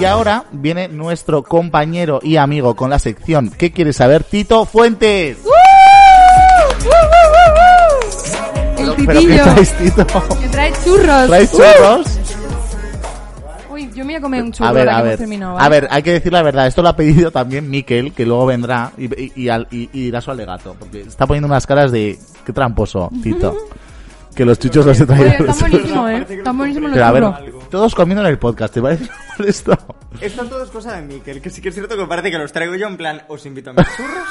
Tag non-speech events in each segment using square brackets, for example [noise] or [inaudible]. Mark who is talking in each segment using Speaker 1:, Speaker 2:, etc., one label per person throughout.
Speaker 1: Y ahora viene nuestro compañero y amigo con la sección ¿Qué quieres saber? Tito Fuentes. ¿Pero
Speaker 2: El
Speaker 1: qué
Speaker 2: titillo.
Speaker 1: traes, Tito?
Speaker 2: Que trae churros.
Speaker 1: ¿Traes churros?
Speaker 2: Uy, yo me voy a comer un churro
Speaker 1: a ver, a
Speaker 2: ahora que
Speaker 1: ver,
Speaker 2: hemos terminado,
Speaker 1: a
Speaker 2: ¿vale?
Speaker 1: ver, hay que decir la verdad. Esto lo ha pedido también Miquel, que luego vendrá y, y, y al- y- y dirá su alegato. Porque está poniendo unas caras de qué tramposo, Tito. que los chuchos los he
Speaker 2: Oye,
Speaker 1: traído.
Speaker 2: están buenísimos, ¿eh? Están buenísimos los
Speaker 1: [laughs] Pero a ver,
Speaker 2: churros.
Speaker 1: todos comiendo en el podcast, ¿te parece [laughs] esto?
Speaker 3: Están todas cosas de Miquel, que sí que es cierto que parece que los traigo yo en plan, os invito a mis churros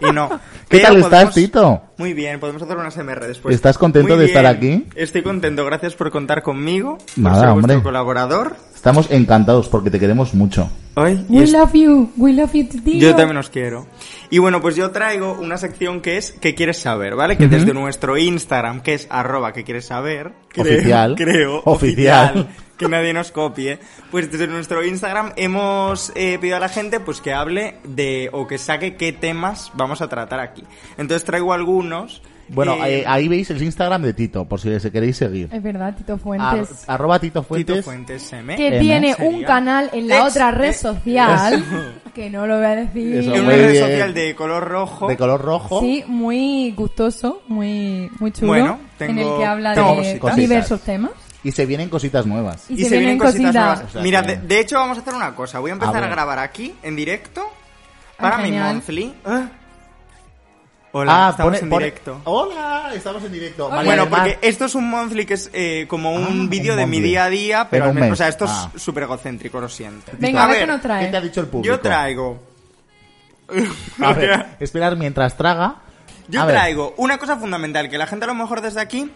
Speaker 3: y no.
Speaker 1: [laughs] ¿Qué
Speaker 3: Pero
Speaker 1: tal estás,
Speaker 3: podemos-
Speaker 1: Tito?
Speaker 3: Muy bien, podemos hacer unas MR después.
Speaker 1: ¿Estás contento
Speaker 3: Muy
Speaker 1: de estar
Speaker 3: bien,
Speaker 1: aquí?
Speaker 3: Estoy contento, gracias por contar conmigo,
Speaker 1: Nada,
Speaker 3: por ser
Speaker 1: hombre.
Speaker 3: vuestro colaborador.
Speaker 1: Estamos encantados porque te queremos mucho.
Speaker 3: Hoy, y
Speaker 2: We
Speaker 3: es-
Speaker 2: love you. We love you, titillo.
Speaker 3: Yo también os quiero. Y bueno, pues yo traigo una sección que es ¿Qué quieres saber? ¿Vale? Que desde nuestro Instagram, que es arroba que quieres saber, creo-
Speaker 1: Oficial.
Speaker 3: creo,
Speaker 1: Oficial.
Speaker 3: que nadie nos copie, pues desde nuestro Instagram hemos eh, pedido a la gente pues que hable de o que saque qué temas vamos a tratar aquí. Entonces traigo algunos.
Speaker 1: Bueno,
Speaker 3: eh,
Speaker 1: eh, ahí veis el Instagram de Tito, por si les queréis seguir.
Speaker 2: Es verdad, Tito
Speaker 1: Ar-
Speaker 2: Fuentes.
Speaker 1: arroba Tito
Speaker 3: Tito
Speaker 1: Fuentes.
Speaker 3: Fuentes M.
Speaker 2: que
Speaker 1: M.
Speaker 2: tiene
Speaker 3: ¿Sería?
Speaker 2: un canal en la
Speaker 3: Ex-
Speaker 2: otra red
Speaker 3: eh,
Speaker 2: social. que no lo voy a decir.
Speaker 1: Eso,
Speaker 3: Y una
Speaker 1: muy
Speaker 3: red
Speaker 1: bien.
Speaker 3: social de color rojo.
Speaker 1: De color rojo.
Speaker 2: Sí, muy gustoso, muy, muy chulo.
Speaker 3: Bueno, tengo-
Speaker 2: en el que habla
Speaker 3: tengo
Speaker 2: de
Speaker 1: cositas.
Speaker 2: diversos temas.
Speaker 1: Y se vienen cositas nuevas.
Speaker 2: Y, se, vienen cositas.
Speaker 3: nuevas.
Speaker 1: O sea
Speaker 3: Mira,
Speaker 1: que-
Speaker 3: de, de hecho vamos a hacer una cosa.
Speaker 1: Ah,
Speaker 3: Voy a empezar a,
Speaker 1: ver.
Speaker 3: grabar aquí, en directo,
Speaker 2: Ah,
Speaker 3: para mi
Speaker 2: genial.
Speaker 3: monthly. Ah. Hola,
Speaker 1: Ah,
Speaker 3: estamos
Speaker 1: pone-
Speaker 3: en
Speaker 1: pone-
Speaker 3: directo.
Speaker 1: Hola, estamos en directo. Vale,
Speaker 3: Bueno,
Speaker 1: además-
Speaker 3: porque esto es un monthly que es eh, como
Speaker 1: Ah,
Speaker 3: un vídeo
Speaker 1: un
Speaker 3: de mi
Speaker 1: monthly.
Speaker 3: día a día, pero
Speaker 1: Pero
Speaker 3: al
Speaker 1: un
Speaker 3: menos-
Speaker 1: mes.
Speaker 3: o sea, esto
Speaker 1: Ah.
Speaker 3: es súper egocéntrico, lo siento.
Speaker 2: Venga, a ver qué nos trae.
Speaker 1: ¿Qué te ha dicho el público?
Speaker 3: yo traigo...
Speaker 1: A ver,
Speaker 3: [laughs]
Speaker 1: esperar mientras traga.
Speaker 3: Yo
Speaker 1: A ver,
Speaker 3: traigo una cosa fundamental que la gente a lo mejor desde aquí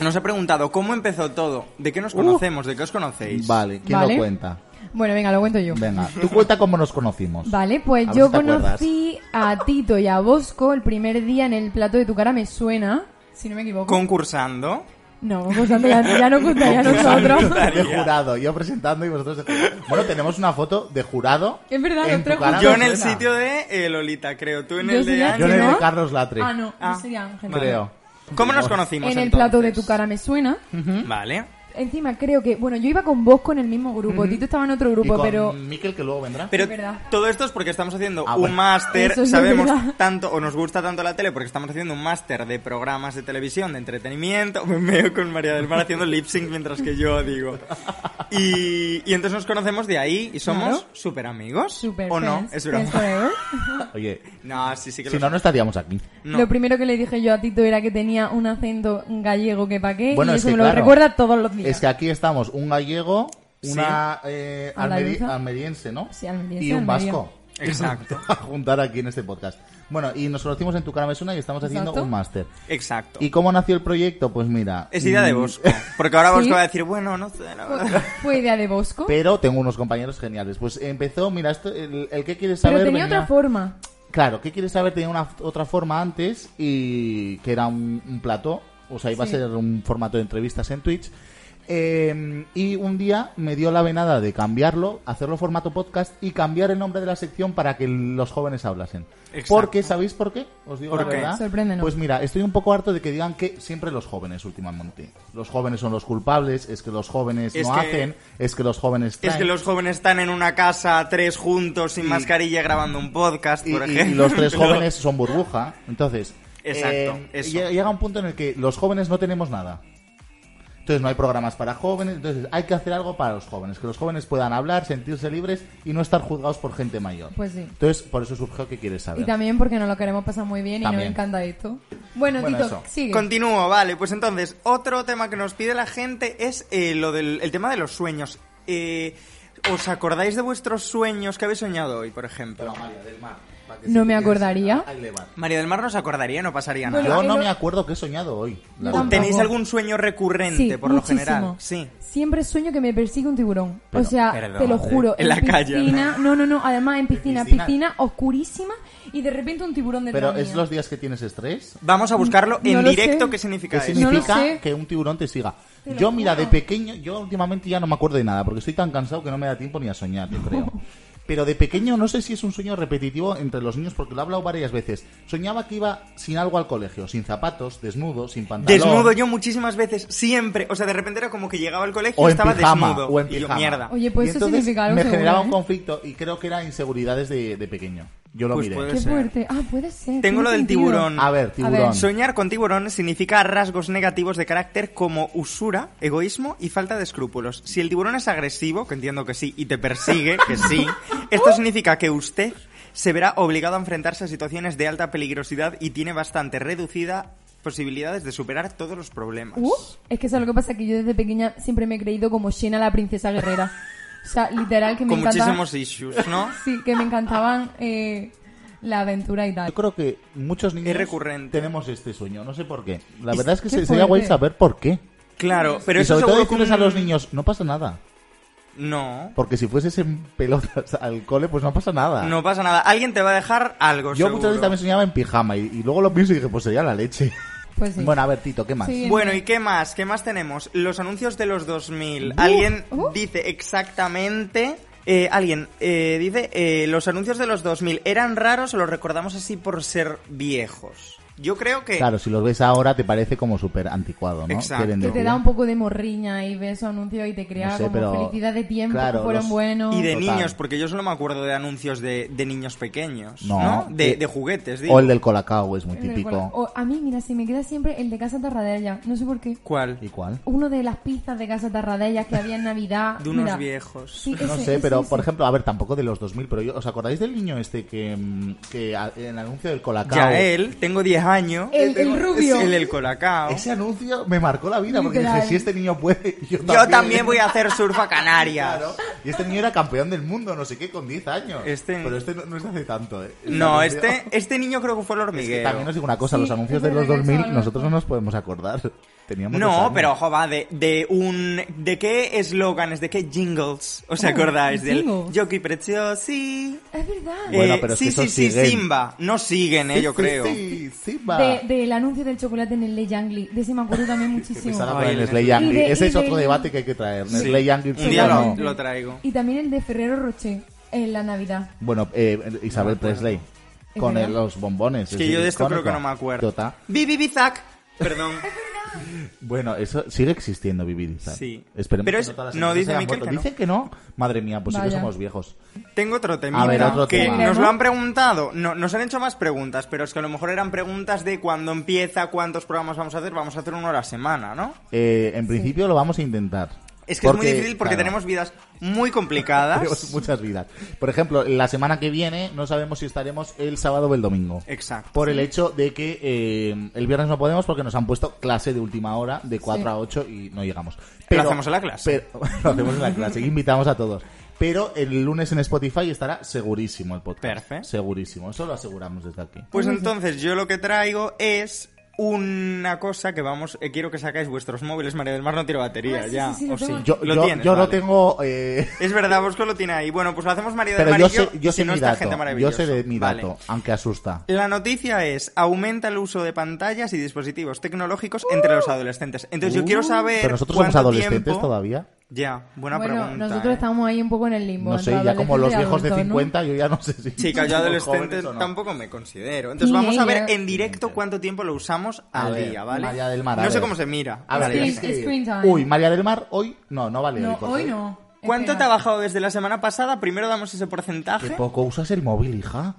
Speaker 3: nos ha preguntado cómo empezó todo, de qué nos conocemos, de qué os conocéis.
Speaker 1: Uh. Vale, ¿quién
Speaker 2: Vale.
Speaker 1: lo cuenta?
Speaker 2: Bueno, venga, lo cuento yo.
Speaker 1: Venga, tú cuenta cómo nos conocimos.
Speaker 2: Vale, pues
Speaker 1: A ver
Speaker 2: yo
Speaker 1: si te acuerdas.
Speaker 2: conocí a Tito y a Bosco el primer día en el plato de tu cara me suena, si no me equivoco.
Speaker 3: Concursando.
Speaker 2: No, concursando ya, ya no contaría a nosotros.
Speaker 1: De jurado, yo presentando y vosotros de jurado. Bueno, tenemos una foto de jurado.
Speaker 2: [laughs] Es verdad,
Speaker 1: En
Speaker 2: los
Speaker 1: tu
Speaker 2: tres
Speaker 1: cara
Speaker 2: juntos.
Speaker 3: Yo en el
Speaker 1: Ah, Suena.
Speaker 3: sitio de eh, Lolita, creo. Tú en
Speaker 2: Yo
Speaker 3: el
Speaker 2: soy
Speaker 3: de
Speaker 2: de-
Speaker 1: Yo en el
Speaker 3: Ángel.
Speaker 1: de
Speaker 2: ¿No?
Speaker 1: Carlos Latre.
Speaker 2: Ah, no,
Speaker 3: Ah,
Speaker 2: no sería Ángel.
Speaker 1: Creo.
Speaker 3: ¿Cómo nos conocimos?
Speaker 2: En el plato de
Speaker 3: entonces?
Speaker 2: tu cara me suena.
Speaker 3: Vale.
Speaker 2: Encima creo que, bueno, yo iba con Bosco en el mismo grupo, Tito estaba en otro
Speaker 1: Y
Speaker 2: grupo,
Speaker 1: con
Speaker 2: pero
Speaker 1: Miquel que luego
Speaker 3: [laughs]
Speaker 1: vendrá.
Speaker 3: Pero
Speaker 2: Es verdad.
Speaker 3: todo esto es porque estamos haciendo
Speaker 1: Ah,
Speaker 3: un
Speaker 1: bueno.
Speaker 3: máster,
Speaker 2: Eso sí es
Speaker 3: sabemos
Speaker 2: verdad.
Speaker 3: tanto o nos gusta tanto la tele porque estamos haciendo un máster de programas de televisión, de entretenimiento. [laughs] Me veo con María del Mar haciendo lip sync mientras que yo digo. Y, y entonces nos conocemos de ahí y somos
Speaker 2: Claro.
Speaker 3: súper amigos.
Speaker 2: super
Speaker 3: ¿O no?
Speaker 2: friends,
Speaker 3: Es
Speaker 2: friends
Speaker 3: broma.
Speaker 2: forever.
Speaker 1: Oye,
Speaker 3: No, sí, sí que
Speaker 1: si [laughs]
Speaker 3: lo
Speaker 1: no, no estaríamos aquí.
Speaker 3: No.
Speaker 2: Lo primero que le dije yo a Tito era que tenía un acento gallego que pa' qué,
Speaker 1: Bueno,
Speaker 2: y
Speaker 1: es
Speaker 2: eso
Speaker 1: que
Speaker 2: me lo
Speaker 1: claro,
Speaker 2: recuerda todos los días.
Speaker 1: Es que aquí estamos un gallego,
Speaker 3: Sí.
Speaker 1: una eh, almeri-
Speaker 2: Andaluza.
Speaker 1: almeriense, ¿no?
Speaker 2: Sí, almeriense,
Speaker 1: y un
Speaker 2: almería.
Speaker 1: vasco.
Speaker 3: Exacto.
Speaker 1: A juntar aquí en este podcast. Bueno, y nos conocimos en Tu Cara Me Suena y estamos haciendo
Speaker 2: Exacto.
Speaker 1: un máster.
Speaker 3: Exacto.
Speaker 1: ¿Y cómo nació el proyecto? Pues mira.
Speaker 3: Es idea de
Speaker 1: mm,
Speaker 3: Bosco. Porque ahora Bosco
Speaker 2: [laughs] Sí.
Speaker 3: va a decir, bueno, no sé, la
Speaker 2: Fue,
Speaker 3: verdad.
Speaker 2: [laughs] fue idea de Bosco, pero,
Speaker 1: Pero tengo unos compañeros geniales. Pues empezó, mira, esto, el, el que quieres saber.
Speaker 2: tenía
Speaker 1: venía-
Speaker 2: otra forma.
Speaker 1: Claro, ¿qué quieres saber? Tenía una f- otra forma antes y que era un, un plató, o sea, iba
Speaker 2: Sí.
Speaker 1: a ser un formato de entrevistas en Twitch. Eh, y un día me dio la venada de cambiarlo, hacerlo formato podcast y cambiar el nombre de la sección para que los jóvenes hablasen.
Speaker 3: Exacto.
Speaker 1: Porque, ¿sabéis por qué? Os digo
Speaker 3: ¿Por
Speaker 1: la
Speaker 3: qué?
Speaker 1: verdad.
Speaker 2: Sorpréndenos.
Speaker 1: Pues mira, estoy un poco harto de que digan que siempre los jóvenes últimamente. Los jóvenes son los culpables, es que los jóvenes
Speaker 3: Es
Speaker 1: no
Speaker 3: que-
Speaker 1: hacen, es que los jóvenes
Speaker 3: Es que
Speaker 1: traen.
Speaker 3: los jóvenes están en una casa, tres juntos, sin mascarilla, grabando un podcast,
Speaker 1: y,
Speaker 3: por
Speaker 1: y- y
Speaker 3: ejemplo.
Speaker 1: los
Speaker 3: [laughs]
Speaker 1: tres jóvenes son burbuja. Entonces,
Speaker 3: Exacto,
Speaker 1: eh,
Speaker 3: eso.
Speaker 1: llega llega un punto en el que los jóvenes no tenemos nada. Entonces no hay programas para jóvenes, entonces hay que hacer algo para los jóvenes, que los jóvenes puedan hablar, sentirse libres y no estar juzgados por gente mayor.
Speaker 2: Pues sí.
Speaker 1: Entonces, por eso surgió que quieres saber.
Speaker 2: Y también porque nos lo queremos pasar muy bien y
Speaker 1: También.
Speaker 2: nos encanta esto. Bueno,
Speaker 1: Bueno,
Speaker 2: Tito,
Speaker 1: eso.
Speaker 2: sigue.
Speaker 3: Continúo, vale. Pues entonces, otro tema que nos pide la gente es eh, lo del el tema de los sueños. Eh, ¿Os acordáis de vuestros sueños que habéis soñado hoy, por ejemplo?
Speaker 1: para que
Speaker 2: No
Speaker 1: si
Speaker 2: me
Speaker 1: quieres,
Speaker 2: acordaría.
Speaker 1: ahí le va.
Speaker 3: María del Mar no se acordaría, no pasaría nada.
Speaker 2: Bueno,
Speaker 1: Yo
Speaker 2: en
Speaker 1: no
Speaker 2: lo-
Speaker 1: me acuerdo que he soñado hoy. la
Speaker 2: Yo
Speaker 1: verdad.
Speaker 2: tampoco.
Speaker 3: ¿Tenéis algún sueño recurrente
Speaker 2: Sí,
Speaker 3: por lo
Speaker 2: muchísimo.
Speaker 3: general? Sí.
Speaker 2: Siempre sueño que me persigue un tiburón.
Speaker 3: Pero,
Speaker 2: o sea,
Speaker 3: perdón,
Speaker 2: te lo juro.
Speaker 3: en la calle,
Speaker 2: piscina, no, no, no. Además, en piscina,
Speaker 1: piscina.
Speaker 2: piscina, oscurísima y de repente un tiburón detrás
Speaker 1: Pero
Speaker 2: mía.
Speaker 1: es los días que tienes estrés.
Speaker 3: Vamos a buscarlo en
Speaker 2: No lo
Speaker 3: directo
Speaker 2: sé.
Speaker 3: qué significa
Speaker 1: Que
Speaker 3: eso.
Speaker 2: No lo
Speaker 1: significa
Speaker 2: sé.
Speaker 1: que un tiburón te siga.
Speaker 2: Te lo
Speaker 1: yo, mira, de
Speaker 2: juro.
Speaker 1: pequeño, yo últimamente ya no me acuerdo de nada, porque estoy tan cansado que no me da tiempo ni a soñar, yo
Speaker 2: [laughs]
Speaker 1: creo. Pero de pequeño no sé si es un sueño repetitivo entre los niños, porque lo he hablado varias veces. Soñaba que iba sin algo al colegio, sin zapatos, desnudo, sin pantalón.
Speaker 3: Desnudo yo muchísimas veces, siempre. O sea, de repente era como que llegaba al colegio
Speaker 1: O en
Speaker 3: y estaba
Speaker 1: pijama,
Speaker 3: desnudo.
Speaker 1: o en
Speaker 3: y yo,
Speaker 1: pijama.
Speaker 3: mierda.
Speaker 2: Oye, pues
Speaker 1: Y
Speaker 2: eso
Speaker 1: entonces
Speaker 2: significa algo
Speaker 1: Me
Speaker 2: seguro,
Speaker 1: generaba un
Speaker 2: ¿eh?
Speaker 1: conflicto y creo que eran inseguridades de, de pequeño. Yo lo
Speaker 3: Pues
Speaker 1: miré.
Speaker 3: puede
Speaker 2: Qué
Speaker 3: ser.
Speaker 2: fuerte. Ah, puede ser.
Speaker 3: Tengo
Speaker 2: tiene
Speaker 3: lo del
Speaker 2: sentido.
Speaker 3: tiburón.
Speaker 1: A ver, tiburón.
Speaker 2: ver.
Speaker 3: Soñar con tiburones significa rasgos negativos de carácter como usura, egoísmo y falta de escrúpulos. Si el tiburón es agresivo, que entiendo que sí, y te persigue,
Speaker 1: [laughs]
Speaker 3: que sí, esto significa que usted se verá obligado a enfrentarse a situaciones de alta peligrosidad y tiene bastante reducida posibilidades de superar todos los problemas.
Speaker 2: Uh, es que eso es lo que pasa que yo desde pequeña siempre me he creído como Xena la princesa guerrera. O sea, literal que me
Speaker 3: con
Speaker 2: encantaba-
Speaker 3: muchísimos issues,
Speaker 2: [laughs]
Speaker 3: ¿no?
Speaker 2: Sí, que me encantaban eh, la aventura y tal.
Speaker 1: Yo creo que muchos niños
Speaker 3: Es recurrente.
Speaker 1: tenemos este sueño, no sé por qué. La
Speaker 3: Y-
Speaker 1: verdad es que
Speaker 2: qué
Speaker 1: se- sería guay
Speaker 2: fuerte.
Speaker 1: saber por qué.
Speaker 3: Claro, pero
Speaker 1: y
Speaker 3: eso
Speaker 1: sobre todo
Speaker 3: seguro que
Speaker 1: decirles a
Speaker 3: un-
Speaker 1: los niños, no pasa nada.
Speaker 3: No,
Speaker 1: Porque si fueses en pelotas [laughs] al cole, pues no pasa nada.
Speaker 3: no pasa nada. Alguien te va a dejar algo,
Speaker 1: Yo
Speaker 3: seguro.
Speaker 1: muchas veces también soñaba en pijama y, y luego lo pienso y dije, pues sería la leche.
Speaker 2: Pues sí.
Speaker 1: Bueno, a ver, Tito, ¿qué más?
Speaker 2: Sí.
Speaker 3: Bueno, ¿y qué más? ¿Qué más tenemos? Los anuncios de los 2000. Alguien
Speaker 2: uh.
Speaker 3: dice exactamente... eh, alguien eh, dice, eh, los anuncios de los 2000 eran raros o los recordamos así por ser viejos. Yo creo que...
Speaker 1: Claro, si los ves ahora te parece como súper anticuado, ¿no?
Speaker 3: Exacto.
Speaker 1: Quieren
Speaker 2: que te
Speaker 1: decir.
Speaker 2: da un poco de morriña y ves anuncios y te crea
Speaker 1: No sé,
Speaker 2: como
Speaker 1: pero-
Speaker 2: felicidad de tiempo,
Speaker 1: claro,
Speaker 2: que fueron
Speaker 1: los-
Speaker 2: buenos.
Speaker 3: Y de
Speaker 1: Total.
Speaker 3: niños, porque yo solo me acuerdo de anuncios de, de niños pequeños,
Speaker 1: No.
Speaker 3: ¿no? De, de juguetes, digo.
Speaker 1: O el del colacao es muy
Speaker 2: El del cola-
Speaker 1: típico.
Speaker 2: o a mí, mira, si me queda siempre el de Casa Tarradella. No sé por qué.
Speaker 3: ¿Cuál?
Speaker 1: ¿Y cuál?
Speaker 2: Uno de las pizzas de Casa Tarradella que había en
Speaker 3: [laughs]
Speaker 2: Navidad.
Speaker 3: De unos
Speaker 2: Mira,
Speaker 3: viejos.
Speaker 2: sí,
Speaker 1: No
Speaker 2: ese,
Speaker 1: sé,
Speaker 2: ese,
Speaker 1: pero
Speaker 2: ese.
Speaker 1: por ejemplo, a ver, tampoco de los 2000, pero yo, ¿os acordáis del niño este que, mm, que a- en el anuncio del colacao?
Speaker 3: Ya él, tengo 10 años.
Speaker 2: El- el rubio.
Speaker 3: El del colacao.
Speaker 1: Ese anuncio me marcó la vida porque
Speaker 2: Literal.
Speaker 1: dije, si este niño puede, yo también.
Speaker 3: Yo también voy a hacer surf a Canarias.
Speaker 1: Claro. Y este niño era campeón del mundo, no sé qué, con 10 años.
Speaker 3: Este-
Speaker 1: Pero este no, no es de hace tanto, ¿eh? Este
Speaker 3: No,
Speaker 1: anuncio-
Speaker 3: este, este niño creo que fue el hormiguero.
Speaker 1: También os digo una cosa,
Speaker 2: Sí,
Speaker 1: los anuncios
Speaker 2: es
Speaker 1: de los
Speaker 2: verdad que
Speaker 1: 2000
Speaker 2: son-
Speaker 1: nosotros no nos podemos acordar. [laughs] Teníamos dos
Speaker 3: No,
Speaker 1: años.
Speaker 3: pero ojo, va, de, de un... ¿De qué eslóganes? ¿De qué jingles? ¿Os
Speaker 2: Oh,
Speaker 3: acordáis? Del
Speaker 2: jingles.
Speaker 3: Jockey Preciosi...
Speaker 2: Es verdad.
Speaker 1: Bueno,
Speaker 3: eh,
Speaker 1: pero es
Speaker 3: sí,
Speaker 1: que eso
Speaker 3: sí, sí,
Speaker 1: siguen.
Speaker 3: Simba. No siguen, eh,
Speaker 1: Sí,
Speaker 3: yo
Speaker 1: sí,
Speaker 3: creo.
Speaker 1: Sí, sí, va.
Speaker 2: De- del anuncio del chocolate en el Le Jangli. De ese me acuerdo también
Speaker 1: Que
Speaker 2: muchísimo.
Speaker 1: empezaba
Speaker 3: Ay,
Speaker 1: Pues con el
Speaker 3: el-
Speaker 1: Nestlé Youngly.
Speaker 2: y de-
Speaker 1: Ese
Speaker 2: y
Speaker 1: es otro
Speaker 2: del-
Speaker 1: debate que hay que traer.
Speaker 3: Sí.
Speaker 1: Nestlé Youngly,
Speaker 3: Un
Speaker 1: sí
Speaker 3: día
Speaker 1: o
Speaker 3: lo,
Speaker 1: no.
Speaker 2: Totalmente.
Speaker 3: lo traigo.
Speaker 2: Y también el de Ferrero Roche en la Navidad.
Speaker 1: Bueno, eh, Isabel Presley.
Speaker 2: Es
Speaker 1: Con
Speaker 2: verdad.
Speaker 1: el- los bombones.
Speaker 3: Es que yo de esto creo que no me acuerdo.
Speaker 1: Tota.
Speaker 3: Bibi Bizac. Perdón.
Speaker 1: Bueno, eso sigue existiendo, Vivir.
Speaker 3: Sí.
Speaker 1: Esperemos
Speaker 3: Pero
Speaker 1: que
Speaker 3: es-
Speaker 1: no todas las
Speaker 3: no,
Speaker 1: empresas
Speaker 3: dice
Speaker 1: hayan
Speaker 3: Miquel
Speaker 1: muerto.
Speaker 3: que no.
Speaker 1: Dicen que no. Madre mía, pues sí que
Speaker 2: Vaya.
Speaker 1: somos viejos.
Speaker 3: Tengo otro temita
Speaker 1: A ver,
Speaker 2: otro
Speaker 3: que
Speaker 2: tema.
Speaker 3: nos lo han preguntado. No, nos han hecho más preguntas, pero es que a lo mejor eran preguntas de cuándo empieza, cuántos programas vamos a hacer. Vamos a hacer uno a la semana, ¿no?
Speaker 1: Eh, en principio lo vamos a intentar.
Speaker 3: Es que es muy difícil porque
Speaker 1: claro, [laughs]
Speaker 3: tenemos vidas muy
Speaker 1: tenemos
Speaker 3: complicadas.
Speaker 1: muchas vidas. Por ejemplo, la semana que viene no sabemos si estaremos el sábado o el domingo.
Speaker 3: Exacto.
Speaker 1: Por el hecho de que eh, el viernes no podemos porque nos han puesto clase de última hora de 4
Speaker 2: Sí.
Speaker 1: a 8 y no llegamos.
Speaker 3: hacemos en la clase.
Speaker 1: pero- [laughs] lo hacemos en la clase y invitamos a todos. Pero el lunes en Spotify estará segurísimo el podcast.
Speaker 3: Perfecto.
Speaker 1: Segurísimo, eso lo aseguramos desde aquí.
Speaker 3: Pues entonces yo lo que traigo es una cosa que vamos, eh, quiero que sacáis vuestros móviles, María del Mar no tiene batería
Speaker 2: Ah, sí,
Speaker 3: ya.
Speaker 2: sí, sí, lo
Speaker 3: ¿o
Speaker 2: tengo aquí.
Speaker 1: Yo,
Speaker 3: Lo
Speaker 1: yo,
Speaker 3: tienes,
Speaker 1: yo no
Speaker 3: vale.
Speaker 1: tengo... eh,
Speaker 3: Es verdad, Bosco lo tiene ahí. Bueno, pues lo hacemos María del
Speaker 1: pero
Speaker 3: Mar
Speaker 1: yo
Speaker 3: y yo,
Speaker 1: sé, yo
Speaker 3: si
Speaker 1: sé
Speaker 3: no
Speaker 1: mi
Speaker 3: esta
Speaker 1: dato.
Speaker 3: gente
Speaker 1: Yo
Speaker 3: maravillosa.
Speaker 1: sé de mi
Speaker 3: Vale.
Speaker 1: dato, aunque asusta.
Speaker 3: La noticia es, aumenta el uso de pantallas y dispositivos tecnológicos entre los adolescentes. Entonces yo quiero saber
Speaker 1: Uh. Pero nosotros somos
Speaker 3: cuánto
Speaker 1: adolescentes
Speaker 3: tiempo-
Speaker 1: todavía.
Speaker 3: Ya, buena
Speaker 2: bueno,
Speaker 3: pregunta.
Speaker 2: nosotros
Speaker 3: ¿eh?
Speaker 2: estamos ahí un poco en el limbo.
Speaker 1: No sé,
Speaker 2: entre
Speaker 1: ya como los
Speaker 2: adolescentes y
Speaker 1: viejos de
Speaker 2: adultos, ¿no?
Speaker 1: 50, yo ya no sé si.
Speaker 3: Chica, yo
Speaker 1: somos
Speaker 3: adolescente
Speaker 1: jóvenes o no.
Speaker 3: tampoco me considero. Entonces
Speaker 2: Ni
Speaker 3: vamos a
Speaker 2: ella.
Speaker 3: ver en directo cuánto tiempo lo usamos
Speaker 1: A
Speaker 3: al
Speaker 1: ver,
Speaker 3: día, ¿vale?
Speaker 1: María del Mar, a
Speaker 3: no sé
Speaker 1: ver.
Speaker 3: cómo se mira.
Speaker 1: A ver,
Speaker 2: Screen-
Speaker 1: es que-
Speaker 2: screen time.
Speaker 1: Uy, María del Mar, hoy. No, no vale.
Speaker 2: No,
Speaker 1: porque-
Speaker 2: hoy no.
Speaker 3: ¿Cuánto te ha
Speaker 2: Espera.
Speaker 3: bajado desde la semana pasada? Primero damos ese
Speaker 1: Que
Speaker 3: porcentaje.
Speaker 1: poco usas el móvil, hija.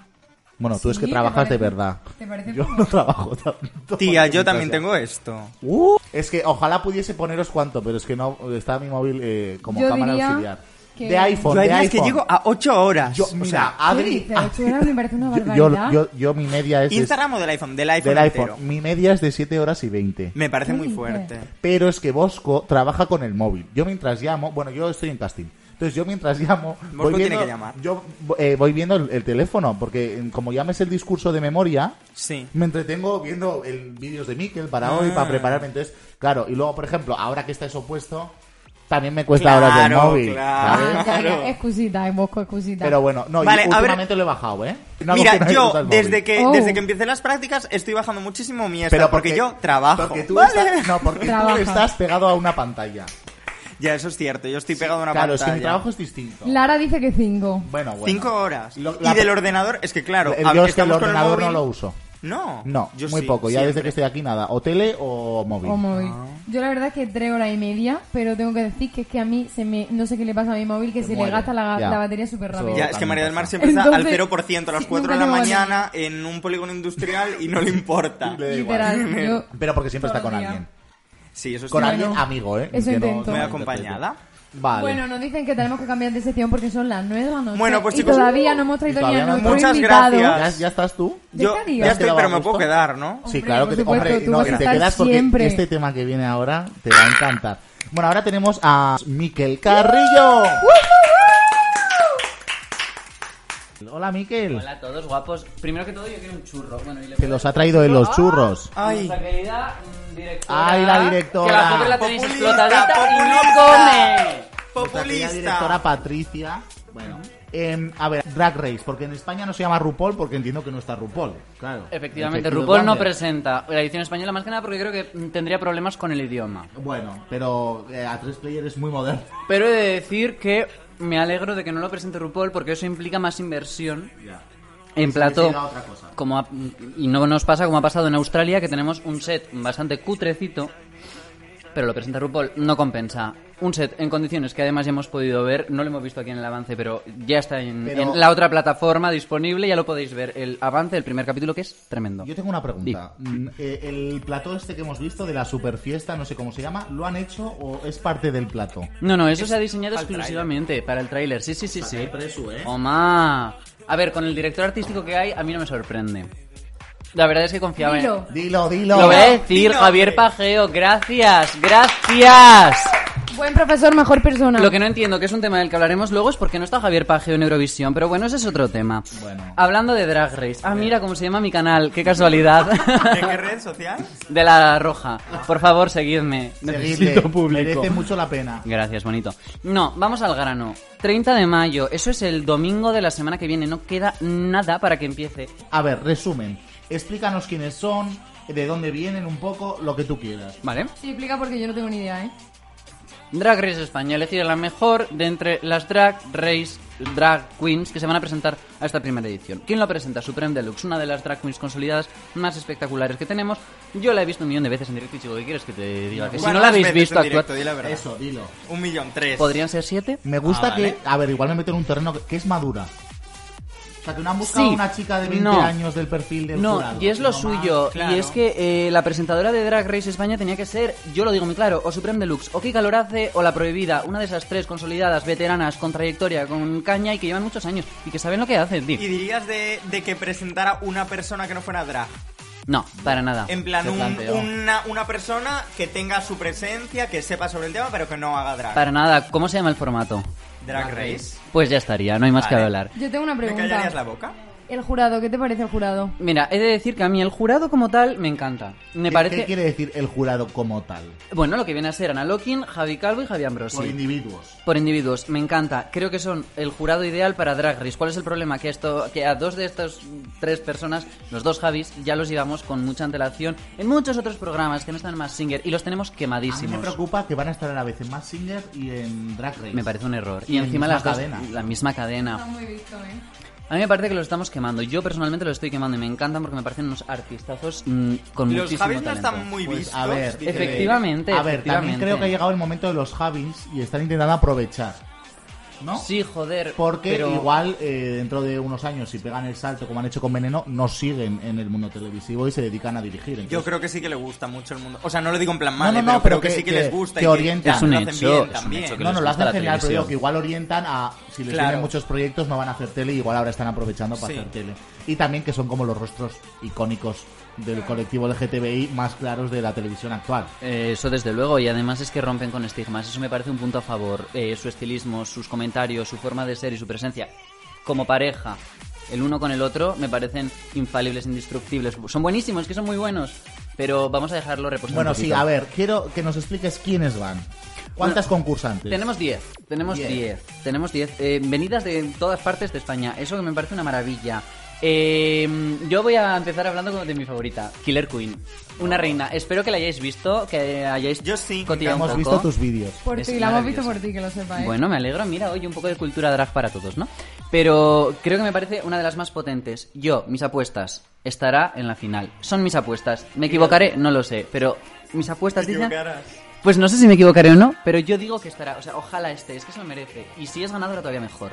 Speaker 1: Bueno, tú es que
Speaker 2: Sí,
Speaker 1: trabajas
Speaker 2: ¿te
Speaker 1: de
Speaker 2: parece-
Speaker 1: verdad.
Speaker 2: te parece
Speaker 1: Yo
Speaker 2: poco?
Speaker 1: no trabajo tanto.
Speaker 3: [laughs] Tía, yo
Speaker 1: Maldita
Speaker 3: también
Speaker 1: sea.
Speaker 3: tengo esto.
Speaker 1: Uh, es que ojalá pudiese poneros cuánto, pero es que no está mi móvil eh, como
Speaker 2: Yo
Speaker 1: cámara
Speaker 2: diría
Speaker 1: auxiliar.
Speaker 2: que-
Speaker 1: De iPhone,
Speaker 3: Yo hay
Speaker 1: de
Speaker 3: días que
Speaker 1: iPhone.
Speaker 3: llego a 8 horas.
Speaker 1: Yo,
Speaker 3: O
Speaker 1: mira,
Speaker 3: sea,
Speaker 2: ¿Qué
Speaker 1: Adri. [laughs]
Speaker 2: dices? Ocho horas me parece una
Speaker 1: yo, yo,
Speaker 2: barbaridad.
Speaker 1: yo- yo mi media es de-
Speaker 3: Instagram o del iPhone, del iPhone.
Speaker 1: del
Speaker 3: entero.
Speaker 1: iPhone. Mi media es de 7 horas y 20.
Speaker 3: Me parece
Speaker 2: ¿Qué
Speaker 3: muy
Speaker 2: dices?
Speaker 3: fuerte.
Speaker 1: Pero es que Bosco trabaja con el móvil. Yo mientras llamo, bueno, yo estoy en casting. Entonces yo mientras llamo,
Speaker 3: Moscú
Speaker 1: voy
Speaker 3: tiene
Speaker 1: viendo,
Speaker 3: que llamar.
Speaker 1: yo eh, voy viendo el, el teléfono, porque eh, como ya me sé el discurso de memoria,
Speaker 3: Sí.
Speaker 1: me entretengo viendo el vídeos de Mikel para hoy,
Speaker 3: Ah.
Speaker 1: para prepararme. Entonces, claro, y luego, por ejemplo, ahora que estáis opuesto, también me cuesta
Speaker 3: Claro,
Speaker 1: horas del móvil.
Speaker 3: claro.
Speaker 1: ¿sabes?
Speaker 2: Ah, ya, ya,
Speaker 3: Claro.
Speaker 2: Excusita, en Bosco, excusita.
Speaker 1: Pero bueno, no, y
Speaker 3: Vale, a ver.
Speaker 1: últimamente lo he bajado, ¿eh? No hago que
Speaker 3: Mira,
Speaker 1: nadie usa
Speaker 3: yo
Speaker 1: el móvil.
Speaker 3: desde que,
Speaker 2: Oh.
Speaker 3: desde que empecé las prácticas estoy bajando muchísimo mi esta,
Speaker 1: Pero
Speaker 3: porque, yo trabajo.
Speaker 1: Porque tú
Speaker 3: [laughs] ¿vale?
Speaker 1: estás, no, porque tú
Speaker 2: Trabajas.
Speaker 1: estás pegado a una pantalla.
Speaker 3: Ya, eso es cierto, yo estoy pegado a una
Speaker 1: claro, es que
Speaker 3: pantalla.
Speaker 1: mi trabajo es distinto.
Speaker 2: Lara dice que cinco.
Speaker 1: Bueno, bueno.
Speaker 3: Cinco horas.
Speaker 1: Lo-
Speaker 3: y
Speaker 1: la-
Speaker 3: del ordenador, es que claro,
Speaker 1: El-
Speaker 3: a-
Speaker 1: yo es que el
Speaker 3: estamos con
Speaker 1: ordenador no
Speaker 3: móvil-
Speaker 1: lo uso.
Speaker 3: No,
Speaker 1: No,
Speaker 3: yo
Speaker 1: muy
Speaker 3: sí,
Speaker 1: poco. Ya desde
Speaker 3: siempre.
Speaker 1: que estoy aquí, nada. O tele o móvil.
Speaker 2: O móvil. Yo la verdad es que tres horas y media, pero tengo que decir que es que a mí se me, no sé qué le pasa a mi móvil, que se, le
Speaker 1: muere.
Speaker 2: gasta la,
Speaker 1: Ya.
Speaker 2: la batería súper rápido.
Speaker 3: Ya, es que
Speaker 1: También
Speaker 3: María del Mar
Speaker 1: pasa.
Speaker 3: siempre
Speaker 2: Entonces,
Speaker 3: está al 0% a las
Speaker 2: sí,
Speaker 3: 4
Speaker 2: nunca
Speaker 3: de la
Speaker 2: llego a
Speaker 3: mañana en un polígono industrial y no
Speaker 1: [laughs]
Speaker 3: le importa.
Speaker 1: Le da igual.
Speaker 2: Literal, yo-
Speaker 1: Pero porque siempre está
Speaker 2: Todos
Speaker 1: con
Speaker 2: los
Speaker 1: alguien.
Speaker 3: Sí, eso es
Speaker 1: Con
Speaker 3: cierto.
Speaker 1: alguien
Speaker 2: Bueno,
Speaker 1: amigo, ¿eh?
Speaker 2: eso
Speaker 1: Que no-
Speaker 2: intento.
Speaker 1: no
Speaker 3: Muy
Speaker 1: me
Speaker 3: acompañada.
Speaker 1: interprete. Vale.
Speaker 2: Bueno, nos dicen que tenemos que cambiar de sección porque son las nueve de la noche.
Speaker 3: Bueno, pues,
Speaker 2: y
Speaker 3: chicos,
Speaker 2: todavía no hemos traído ni
Speaker 1: todavía
Speaker 2: a
Speaker 1: no-
Speaker 2: nuestro
Speaker 3: Muchas
Speaker 2: invitado.
Speaker 3: gracias.
Speaker 1: ¿Ya, ya estás tú?
Speaker 3: Yo
Speaker 2: ¿Te has
Speaker 3: ya estoy,
Speaker 1: quedado
Speaker 3: pero
Speaker 1: Este a
Speaker 3: me
Speaker 1: gusto?
Speaker 3: puedo quedar, ¿no?
Speaker 2: Hombre,
Speaker 1: sí, claro
Speaker 2: por
Speaker 1: que te,
Speaker 2: supuesto,
Speaker 1: hombre,
Speaker 2: tú
Speaker 1: no,
Speaker 2: vas
Speaker 1: y
Speaker 2: a
Speaker 1: te
Speaker 2: estar
Speaker 1: quedas porque
Speaker 2: siempre.
Speaker 1: este tema que viene ahora te va a encantar. Bueno, ahora tenemos a Miquel Carrillo. Hola, Miquel.
Speaker 4: Hola a todos, guapos. Primero que todo, yo quiero un churro. Bueno, y le
Speaker 1: Te los ha traído en los churros.
Speaker 3: Ay, Ah,
Speaker 4: Nuestra querida mm, directora.
Speaker 1: Ay, la directora.
Speaker 4: Que la pobre la tenéis
Speaker 3: Populista,
Speaker 4: explotadita y no
Speaker 3: populista.
Speaker 4: come.
Speaker 1: Nuestra querida
Speaker 3: populista.
Speaker 1: directora Patricia. Bueno, em, a ver, Drag Race, porque en España no se llama RuPaul porque entiendo que no está RuPaul. Claro.
Speaker 4: Efectivamente,
Speaker 1: Efectivamente.
Speaker 4: RuPaul no presenta la edición española más que nada porque creo que mm, tendría problemas con el idioma.
Speaker 1: Bueno, pero eh, a tres player es muy moderno.
Speaker 4: Pero he de decir que me alegro de que no lo presente RuPaul porque eso implica más inversión en plato.
Speaker 1: será otra cosa.
Speaker 4: Como ha- y no nos pasa como ha pasado en Australia que tenemos un set bastante cutrecito, pero lo presenta RuPaul, no compensa. Un set en condiciones que además ya hemos podido ver, no lo hemos visto aquí en el avance, pero ya está en,
Speaker 1: Pero-
Speaker 4: en la otra plataforma disponible, ya lo podéis ver, el avance del primer capítulo que es tremendo.
Speaker 1: Yo tengo una pregunta. Mm, eh, el plató este que hemos visto de la super fiesta, no sé cómo se llama, ¿lo han hecho o es parte del plato?
Speaker 4: No, no, eso se ha diseñado exclusivamente para el tráiler. Sí, sí, sí, sí.
Speaker 1: presu, ¿eh?
Speaker 4: Oma. A ver, con el director artístico que hay, a mí no me sorprende. La verdad es que confiaba
Speaker 2: Dilo.
Speaker 1: Dilo,
Speaker 4: en...
Speaker 1: dilo.
Speaker 4: Lo voy a decir,
Speaker 3: Dilo,
Speaker 4: Javier
Speaker 3: hombre.
Speaker 4: Pajeo. Gracias, gracias.
Speaker 2: Buen profesor, mejor persona.
Speaker 4: Lo que no entiendo, que es un tema del que hablaremos luego, es porque no está Javier Pajeo en Eurovisión. Pero bueno, ese es otro tema.
Speaker 1: Bueno.
Speaker 4: Hablando de Drag Race. Ah, mira cómo se llama mi canal. Qué casualidad. [laughs]
Speaker 3: ¿De qué red social?
Speaker 4: de la roja. Por favor, seguidme.
Speaker 1: Seguidle,
Speaker 4: Necesito público.
Speaker 1: Merece mucho la pena.
Speaker 4: Gracias, bonito. No, vamos al grano. 30 de mayo, eso es el domingo de la semana que viene, no queda nada para que empiece.
Speaker 1: A ver, resumen. Explícanos quiénes son, de dónde vienen un poco, lo que tú quieras.
Speaker 4: ¿Vale?
Speaker 2: Sí, explica porque yo no tengo ni idea, ¿eh?
Speaker 4: Drag Race España, elegir la mejor de entre las drag race, drag queens que se van a presentar a esta primera edición. ¿Quién lo presenta? Supreme Deluxe, una de las drag queens consolidadas más espectaculares que tenemos. Yo la he visto un millón de veces en directo y chico, ¿qué quieres que te diga? Que si no la
Speaker 3: ¿Cuántas
Speaker 4: habéis
Speaker 3: veces en
Speaker 4: visto actuar,
Speaker 3: directo? Di la verdad.
Speaker 1: Eso, dilo.
Speaker 3: Un millón tres.
Speaker 4: ¿podrían ser siete?
Speaker 1: Me gusta
Speaker 3: Ah,
Speaker 1: que.
Speaker 3: vale.
Speaker 1: A ver, igual me meto en un terreno que, que es madura. O sea, que no han buscado
Speaker 4: Sí.
Speaker 1: una chica de 20
Speaker 4: No.
Speaker 1: años del perfil del
Speaker 4: No,
Speaker 1: jurado,
Speaker 4: y es lo
Speaker 1: sino
Speaker 4: suyo.
Speaker 1: más-
Speaker 4: Y es que eh, la presentadora de Drag Race España tenía que ser, yo lo digo muy claro, o Supreme Deluxe, o Kika Lorace, o La Prohibida. Una de esas tres consolidadas, veteranas, con trayectoria, con caña y que llevan muchos años y que saben lo que hacen, tío.
Speaker 3: ¿Y dirías de, de que presentara una persona que no fuera drag?
Speaker 4: No, para nada.
Speaker 3: En plan,
Speaker 1: Ah, Se
Speaker 3: un-
Speaker 1: planteó.
Speaker 3: una, una persona que tenga su presencia, que sepa sobre el tema, pero que no haga drag.
Speaker 4: Para nada. ¿Cómo se llama el formato?
Speaker 3: Drag Race.
Speaker 4: Pues ya estaría, no hay más que
Speaker 3: Vale.
Speaker 4: hablar.
Speaker 2: Yo tengo una
Speaker 3: ¿Me
Speaker 2: pregunta.
Speaker 3: callarías la boca?
Speaker 2: El jurado, ¿qué te parece el jurado?
Speaker 4: Mira, he de decir que a mí el jurado como tal me encanta.
Speaker 1: ¿Qué-
Speaker 4: Me parece...
Speaker 1: ¿Qué quiere decir el jurado como tal?
Speaker 4: Bueno, lo que viene a ser Ana Lokin, Javi Calvo y Javi
Speaker 3: Pues
Speaker 1: Por
Speaker 4: Ambrosi.
Speaker 1: individuos.
Speaker 4: Por individuos, me encanta. Creo que son el jurado ideal para Drag Race. ¿Cuál es el problema? Que, esto, que a dos de estas tres personas, los dos Javis, ya los llevamos con mucha antelación en muchos otros programas que no están más Singer y los tenemos
Speaker 1: A mí me
Speaker 4: quemadísimos.
Speaker 1: preocupa que van a estar a la vez en Mass Singer y en Drag Race.
Speaker 4: Me parece un error.
Speaker 1: Y
Speaker 4: Y
Speaker 1: en
Speaker 4: encima
Speaker 1: misma
Speaker 4: las dos,
Speaker 1: cadena.
Speaker 4: la misma cadena.
Speaker 2: muy visto, ¿eh?
Speaker 4: A mí me parece que los estamos quemando. Yo personalmente los estoy quemando y me encantan porque me parecen unos artistazos mm, con
Speaker 3: Los
Speaker 4: muchísimo
Speaker 3: Javis no
Speaker 4: talento.
Speaker 3: están muy
Speaker 1: Pues,
Speaker 3: vistos.
Speaker 1: a ver,
Speaker 3: dice-
Speaker 4: Efectivamente,
Speaker 1: A ver, también
Speaker 4: efectivamente.
Speaker 1: creo que ha llegado el momento de los Javis y están intentando aprovechar. ¿No?
Speaker 4: Sí, joder.
Speaker 1: Porque
Speaker 4: pero-
Speaker 1: igual eh, dentro de unos años, si pegan el salto como han hecho con Veneno, no siguen en el mundo televisivo y se dedican a dirigir. Entonces,
Speaker 3: Yo creo que sí que le gusta mucho el mundo. O sea, no lo digo en plan
Speaker 1: No,
Speaker 3: mal,
Speaker 1: no,
Speaker 3: eh,
Speaker 1: no,
Speaker 3: pero,
Speaker 1: pero
Speaker 3: creo que,
Speaker 1: que-
Speaker 3: sí que,
Speaker 1: que-
Speaker 3: les gusta.
Speaker 1: que
Speaker 3: y que
Speaker 1: orientan.
Speaker 4: Es un
Speaker 3: lo hacen
Speaker 4: hecho,
Speaker 3: bien
Speaker 4: es un
Speaker 3: también.
Speaker 4: hecho que
Speaker 1: No,
Speaker 4: les
Speaker 1: no, lo
Speaker 4: gusta
Speaker 1: hacen
Speaker 4: la
Speaker 1: genial, pero digo
Speaker 4: televisión.
Speaker 1: que igual orientan a. Si les
Speaker 3: Claro.
Speaker 1: vienen muchos proyectos, no van a hacer tele, igual ahora están aprovechando para
Speaker 3: Sí.
Speaker 1: hacer tele. Y también que son como los rostros icónicos del colectivo LGTBI más claros de la televisión actual.
Speaker 4: Eh, Eso desde luego, y además es que rompen con estigmas. Eso me parece un punto a favor. Eh, su estilismo, sus comentarios, su forma de ser y su presencia como pareja, el uno con el otro, me parecen infalibles, indestructibles. Son buenísimos, es que son muy buenos, pero vamos a dejarlo reposar. Pues un
Speaker 1: Bueno, sí,
Speaker 4: poquito.
Speaker 1: a ver, quiero que nos expliques quiénes van. ¿Cuántas concursantes?
Speaker 4: Tenemos 10, tenemos
Speaker 1: Diez.
Speaker 4: 10, tenemos 10. eh, venidas de todas partes de España, eso que me parece una maravilla. Eh, yo voy a empezar hablando con- de mi favorita, Killer Queen.
Speaker 1: Oh.
Speaker 4: Una reina. Espero que la hayáis visto, que hayáis
Speaker 3: Yo sí,
Speaker 4: cotillado un
Speaker 1: Hemos
Speaker 4: poco.
Speaker 1: visto tus vídeos.
Speaker 2: Por
Speaker 4: Es
Speaker 2: ti, la hemos visto
Speaker 4: maravilloso.
Speaker 2: por ti, que lo sepa, ¿eh?
Speaker 4: Bueno, me alegro. Mira, hoy un poco de cultura drag para todos, ¿no? Pero creo que me parece una de las más potentes. Yo, mis apuestas, estará en la final. Son mis apuestas. ¿Me equivocaré? No lo sé. Pero mis apuestas dicen... Pues no sé si me equivocaré o no, pero yo digo que estará. O sea, ojalá esté. Es que se lo merece. Y si es ganadora, todavía mejor.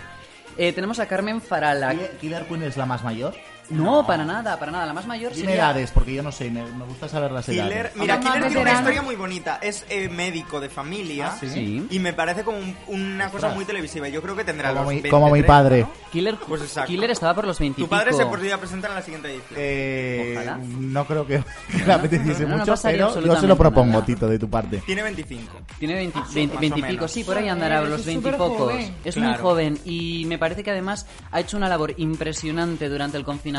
Speaker 4: Eh, tenemos a Carmen Farala.
Speaker 1: Killer- Killer Queen es la más mayor.
Speaker 4: No, para nada, para nada. La más mayor
Speaker 1: Dime
Speaker 4: sería...
Speaker 1: edades, porque yo no sé, me, me gusta saber las
Speaker 3: Killer,
Speaker 1: edades.
Speaker 3: mira,
Speaker 2: Mamá
Speaker 3: Killer tiene una
Speaker 2: veterana.
Speaker 3: historia muy bonita. Es eh, médico de familia.
Speaker 4: Sí.
Speaker 3: Y me parece como un- una cosa
Speaker 1: Ah, Ostras.
Speaker 3: muy televisiva. Yo creo que tendrá
Speaker 1: Como
Speaker 3: los
Speaker 1: mi,
Speaker 3: 23,
Speaker 1: como mi padre.
Speaker 3: ¿no?
Speaker 4: Killer,
Speaker 3: Pues exacto.
Speaker 4: Killer estaba por los 20 y
Speaker 3: Tu padre se
Speaker 4: pico.
Speaker 3: podría presentar en la siguiente edición.
Speaker 1: Eh,
Speaker 4: Ojalá.
Speaker 1: no creo que [laughs] que le apeteciese
Speaker 4: no, no
Speaker 1: mucho,
Speaker 4: pasaría
Speaker 1: pero yo se
Speaker 4: absolutamente
Speaker 1: lo propongo,
Speaker 4: nada.
Speaker 1: Tito, de tu parte.
Speaker 3: Tiene 25.
Speaker 4: Tiene 20,
Speaker 3: Más o-
Speaker 4: 20,
Speaker 3: más
Speaker 4: 20
Speaker 3: o
Speaker 4: y pico,
Speaker 3: menos.
Speaker 4: sí, por ahí andará,
Speaker 2: Joder,
Speaker 4: los
Speaker 2: es
Speaker 4: 20 y
Speaker 2: superjoven.
Speaker 4: pocos. Es muy
Speaker 3: Claro.
Speaker 4: joven y me parece que además ha hecho una labor impresionante durante el confinamiento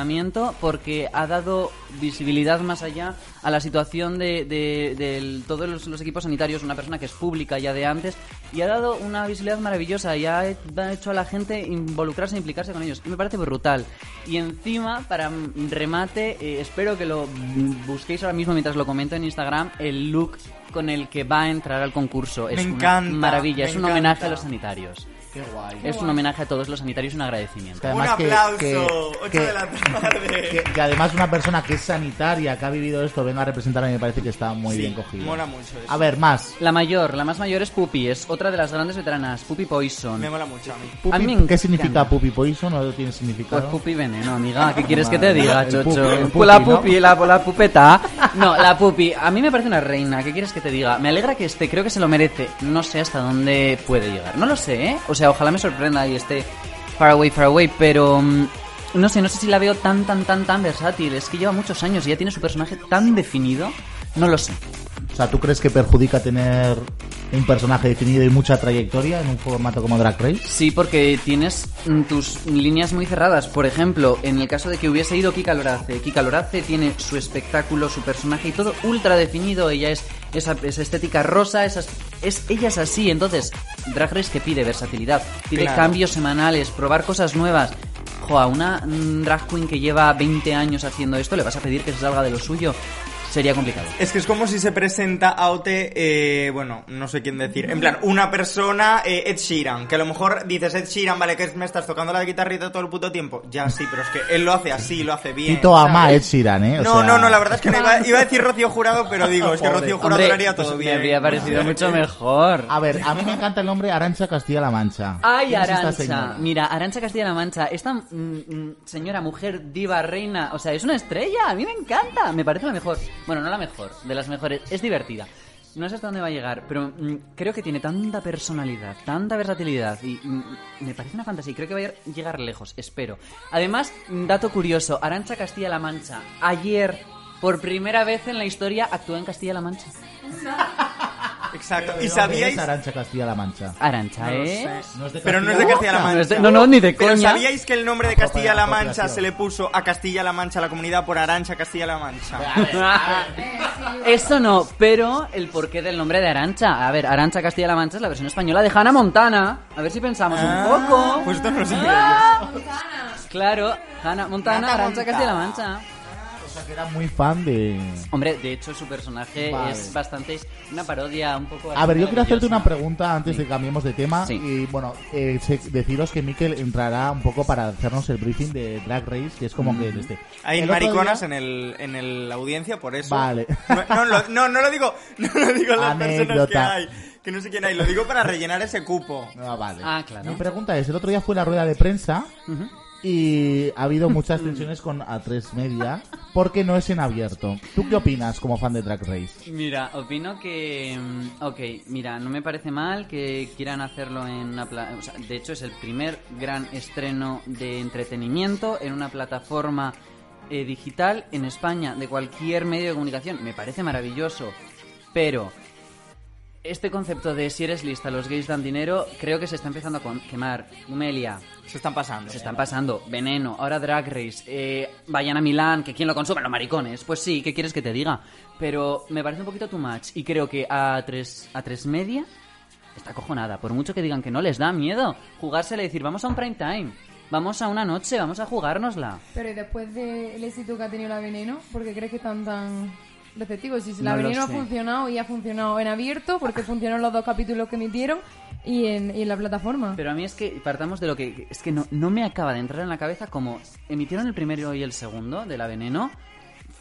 Speaker 4: porque ha dado visibilidad más allá a la situación de, de- del- todos los, los equipos sanitarios, una persona que es pública ya de antes, y ha dado una visibilidad maravillosa y ha, he- ha hecho a la gente involucrarse e implicarse con ellos. Y me parece brutal. Y encima, para mm, remate, eh, espero que lo mm, busquéis ahora mismo mientras lo comento en Instagram, el look con el que va a entrar al concurso. es
Speaker 3: Me
Speaker 4: una
Speaker 3: encanta,
Speaker 4: maravilla,
Speaker 3: me
Speaker 4: es un homenaje
Speaker 3: encanta.
Speaker 4: a los sanitarios.
Speaker 1: Qué guay.
Speaker 4: Es un homenaje a todos los sanitarios y un agradecimiento.
Speaker 3: Un aplauso. 8 de la tarde.
Speaker 1: que- que además una persona que es sanitaria, que ha vivido esto, venga a representar a mí me parece que está muy
Speaker 3: Sí,
Speaker 1: bien cogido.
Speaker 3: mola mucho eso.
Speaker 1: A ver, más.
Speaker 4: La mayor, la más mayor es Puppy, es otra de las grandes veteranas, Puppy Poison.
Speaker 3: Me mola mucho a mí.
Speaker 1: Pupi-
Speaker 4: A mí me
Speaker 1: ¿Qué significa
Speaker 4: encanta.
Speaker 1: pupi poison? ¿No tiene
Speaker 4: Pues
Speaker 1: significado?
Speaker 4: Puppy veneno, amiga, ¿qué quieres que te diga,
Speaker 1: El
Speaker 4: chocho?
Speaker 1: pupi, el
Speaker 4: Pues
Speaker 1: pupi,
Speaker 4: la
Speaker 1: ¿no?
Speaker 4: Puppy, la, la pupeta. No, la Puppy, a mí me parece una reina, ¿qué quieres que te diga? Me alegra que esté, creo que se lo merece. No sé hasta dónde puede llegar, no lo sé, ¿eh? O sea, ojalá me sorprenda y esté far away, far away, pero... mm, No sé, no sé si la veo tan, tan, tan, tan versátil. Es que lleva muchos años y ya tiene su personaje tan definido. No lo sé.
Speaker 1: O sea, ¿tú crees que perjudica tener un personaje definido y mucha trayectoria en un formato como Drag Race?
Speaker 4: Sí, porque tienes mm, tus líneas muy cerradas. Por ejemplo, en el caso de que hubiese ido Kika Lorace, Kika Lorace tiene su espectáculo, su personaje y todo ultra definido. Ella es esa, esa estética rosa, esas, es, ella es así. Entonces, Drag Race que pide versatilidad, pide
Speaker 3: Claro.
Speaker 4: cambios semanales, probar cosas nuevas. Jo, a una mm, drag queen que lleva 20 años haciendo esto, ¿le vas a pedir que se salga de lo suyo? Sería complicado.
Speaker 3: Es que es como si se presenta a OT, eh, bueno, no sé quién decir. En plan, una persona, eh, Ed Sheeran, que a lo mejor dices Ed Sheeran, vale, que es- me estás tocando la guitarrita todo el puto tiempo. Ya sí, pero es que él lo hace así, lo hace bien.
Speaker 1: Tito ama a Ed Sheeran, ¿eh? O
Speaker 3: no,
Speaker 1: sea,
Speaker 3: no, no, la verdad es que no iba, iba a decir Rocío Jurado, pero digo, es que Rocío Jurado
Speaker 4: Hombre,
Speaker 3: lo haría todo
Speaker 4: pues
Speaker 3: bien.
Speaker 4: me
Speaker 3: [laughs]
Speaker 4: habría parecido mucho mejor.
Speaker 1: A ver, a mí me encanta el nombre Arancha Castilla-La Mancha.
Speaker 4: Ay,
Speaker 1: ¿Quién es esta
Speaker 4: Arancha.
Speaker 1: señora?
Speaker 4: Mira, Arancha Castilla-La Mancha, esta mm, mm, señora, mujer, diva, reina, o sea, es una estrella, a mí me encanta, me parece la mejor. Bueno, no la mejor, de las mejores, es divertida. No sé hasta dónde va a llegar, pero mm, creo que tiene tanta personalidad, tanta versatilidad y mm, me parece una fantasía. y Creo que va a ir- llegar lejos, espero. Además, mm, dato curioso, Arancha Castilla-La Mancha, ayer, por primera vez en la historia, actúa en Castilla-La Mancha.
Speaker 3: Exacto.
Speaker 1: ¿De
Speaker 3: ¿Y
Speaker 1: dónde
Speaker 3: sabíais?
Speaker 1: es Arancha Castilla-La Mancha?
Speaker 4: Arancha, ¿eh?
Speaker 1: No es de
Speaker 3: Pero no es de
Speaker 1: Castilla-La-
Speaker 3: Castilla-La
Speaker 4: No,
Speaker 3: Mancha.
Speaker 4: es de- no, no, ni de
Speaker 3: Pero
Speaker 4: coña.
Speaker 3: ¿sabíais que el nombre de
Speaker 1: Apropiación,
Speaker 3: Castilla-La Mancha
Speaker 1: apropiación.
Speaker 3: se le puso a Castilla-La Mancha, a la comunidad por Arancha Castilla-La
Speaker 1: Ah.
Speaker 3: Mancha?
Speaker 4: Eso no, pero el porqué del nombre de Arancha. A ver, Arancha Castilla-La Mancha es la versión española de Hannah Montana. A ver si pensamos
Speaker 1: Ah,
Speaker 4: un poco.
Speaker 3: Pues esto no lo sabía
Speaker 4: Ah, Claro, Hannah Montana,
Speaker 3: Nata
Speaker 4: Arancha
Speaker 3: Montana.
Speaker 4: Castilla-La Mancha.
Speaker 1: O sea, que era muy fan de...
Speaker 4: Hombre, de hecho su personaje
Speaker 1: Vale.
Speaker 4: es bastante una parodia un poco.
Speaker 1: A ver, yo quiero hacerte una
Speaker 4: maravillosa.
Speaker 1: pregunta antes de que cambiemos de tema.
Speaker 4: Sí.
Speaker 1: Y bueno, eh, se- deciros que Mikel entrará un poco para hacernos el briefing de Drag Race, que es como que desde.
Speaker 3: Mm. Hay
Speaker 1: El otro
Speaker 3: mariconas
Speaker 1: día-
Speaker 3: en el en el audiencia por eso.
Speaker 1: Vale.
Speaker 3: No, no, lo- no, no lo digo, no lo digo a las personas que
Speaker 1: Anécdota.
Speaker 3: hay, que no sé quién hay, lo digo para rellenar ese cupo.
Speaker 1: Ah, vale.
Speaker 4: Ah, claro.
Speaker 1: Mi pregunta es: el otro día fue la rueda de prensa. Y ha habido muchas tensiones con A3 Media porque no es en abierto. ¿Tú qué opinas como fan de Drag Race?
Speaker 4: Mira, opino que. mm, Ok, mira, no me parece mal que quieran hacerlo en una. pla- o sea, de hecho, es el primer gran estreno de entretenimiento en una plataforma eh, digital en España, de cualquier medio de comunicación. Me parece maravilloso. Pero este concepto de si eres lista, los gays dan dinero, creo que se está empezando a con- quemar. Gumelia,
Speaker 3: Se están pasando.
Speaker 4: se están pasando. Veneno, ahora Drag Race. eh, vayan a Milán, que quien lo consume, los maricones. Pues sí, ¿qué quieres que te diga? Pero me parece un poquito too much. Y creo que a tres, a tres media está cojonada. Por mucho que digan que no les da miedo jugársela y decir, vamos a un prime time. Vamos a una noche, vamos a jugárnosla.
Speaker 2: Pero ¿y después del éxito que ha tenido la veneno, ¿por qué crees que están tan receptivos? Si
Speaker 4: No
Speaker 2: la
Speaker 4: lo
Speaker 2: veneno ha
Speaker 4: sé.
Speaker 2: funcionado y ha funcionado en abierto, porque funcionaron los dos capítulos que emitieron y en, y en la plataforma.
Speaker 4: Pero a mí es que partamos de lo que. Es que no, no me acaba de entrar en la cabeza como emitieron el primero y el segundo de la veneno.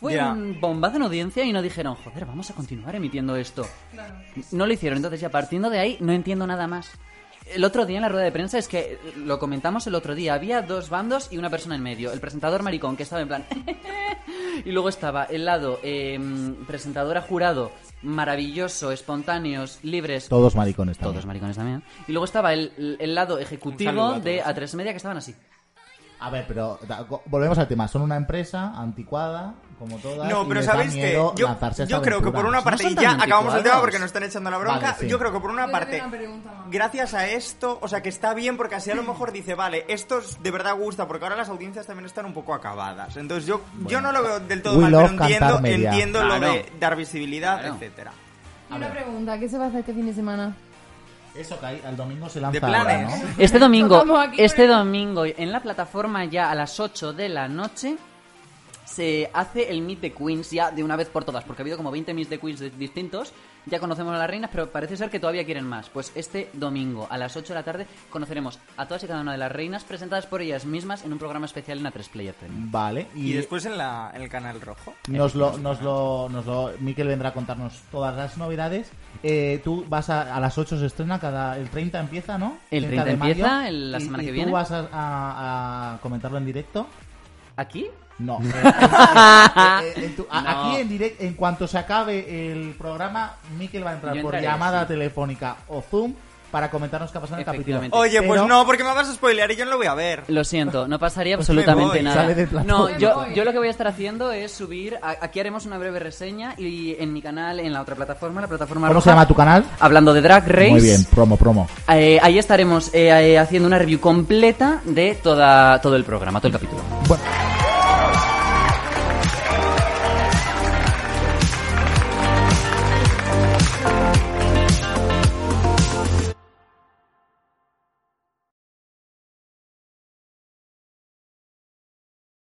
Speaker 4: Fue
Speaker 3: Ya.
Speaker 4: un bombazo en audiencia y no dijeron, joder, vamos a continuar emitiendo esto. No lo hicieron, entonces ya partiendo de ahí no entiendo nada más. El otro día en la rueda de prensa es que eh, lo comentamos el otro día, había dos bandos y una persona en medio. El presentador maricón que estaba en plan. [laughs] y luego estaba el lado eh, presentadora jurado, maravilloso, espontáneos, libres,
Speaker 1: Todos maricones también.
Speaker 4: Pues todos maricones también. Y luego estaba el, el lado
Speaker 3: Un saludo a
Speaker 4: ejecutivo
Speaker 3: todos.
Speaker 4: de A3 Media que estaban así.
Speaker 1: A ver, pero da- go- volvemos al tema. Son una empresa anticuada, como todas.
Speaker 3: No,
Speaker 1: y
Speaker 3: pero
Speaker 1: les da
Speaker 3: ¿sabéis que
Speaker 1: miedo
Speaker 3: Yo,
Speaker 1: lanzarse a
Speaker 3: yo
Speaker 1: esa
Speaker 3: creo que
Speaker 1: aventura.
Speaker 3: por una parte,
Speaker 4: son
Speaker 3: y
Speaker 4: tan
Speaker 3: ya acabamos el tema
Speaker 4: anticuados.
Speaker 3: porque nos están echando la bronca,
Speaker 1: Vale, sí.
Speaker 3: yo creo que por una
Speaker 2: Yo tengo
Speaker 3: parte,
Speaker 2: una pregunta más.
Speaker 3: gracias a esto, o sea que está bien porque así a lo mejor dice, vale, esto es- de verdad gusta porque ahora las audiencias también están un poco acabadas. Entonces yo, yo no lo veo del todo
Speaker 1: We
Speaker 3: mal,
Speaker 1: love
Speaker 3: pero entiendo,
Speaker 1: cantar media.
Speaker 3: entiendo lo
Speaker 4: Claro.
Speaker 3: de dar visibilidad,
Speaker 4: Claro.
Speaker 3: etcétera.
Speaker 2: Y una pregunta, ¿qué se va a hacer este fin de semana?
Speaker 1: Eso que ahí, al domingo se lanza
Speaker 3: De
Speaker 1: ahora,
Speaker 3: planes.
Speaker 1: ¿no?
Speaker 4: Este domingo,
Speaker 2: Tocamos aquí con
Speaker 4: este
Speaker 2: el-
Speaker 4: domingo, en la plataforma ya a las 8 de la noche, se hace el Meet the Queens ya de una vez por todas, porque ha habido como 20 Meet the Queens de- distintos. Ya conocemos a las reinas, pero parece ser que todavía quieren más. Pues este domingo, a las 8 de la tarde, conoceremos a todas y cada una de las reinas presentadas por ellas mismas en un programa especial en A3 Player Premium.
Speaker 1: Vale. Y,
Speaker 3: Y después en, la, en el canal rojo.
Speaker 1: Nos lo, nos lo, nos lo, Miquel vendrá a contarnos todas las novedades. Eh, tú vas a, a las 8 se estrena, cada, el 30 empieza, ¿no?
Speaker 4: El 30
Speaker 1: de mayo.
Speaker 4: empieza, el- la
Speaker 1: Y-
Speaker 4: semana
Speaker 1: y
Speaker 4: que
Speaker 1: tú
Speaker 4: viene.
Speaker 1: vas a, a- a comentarlo en directo?
Speaker 4: ¿Aquí? [laughs]
Speaker 1: No. Eh, eh, eh, en tu- a-
Speaker 4: No.
Speaker 1: Aquí en directo, en cuanto se acabe el programa, Miquel va a entrar
Speaker 4: Yo
Speaker 1: por
Speaker 4: entraré,
Speaker 1: llamada
Speaker 4: sí.
Speaker 1: telefónica o Zoom para comentarnos qué ha pasado en el capítulo.
Speaker 4: Efectivamente.
Speaker 3: Oye, pues
Speaker 1: Pero-
Speaker 3: no, porque me vas a spoilear y yo no lo voy a ver.
Speaker 4: Lo siento, no pasaría
Speaker 3: Pues me
Speaker 4: absolutamente
Speaker 3: voy.
Speaker 4: nada.
Speaker 1: Sale del plato. [laughs]
Speaker 4: No,
Speaker 2: Me
Speaker 4: yo,
Speaker 2: voy.
Speaker 4: yo lo que voy a estar haciendo es subir. a- Aquí haremos una breve reseña y en mi canal, en la otra plataforma, la plataforma.
Speaker 1: ¿Cómo
Speaker 4: roja,
Speaker 1: se llama tu canal?
Speaker 4: Hablando de Drag Race.
Speaker 1: Muy bien, promo, promo.
Speaker 4: eh, ahí estaremos eh, eh, haciendo una review completa de toda, todo el programa, todo el capítulo.
Speaker 1: Bueno.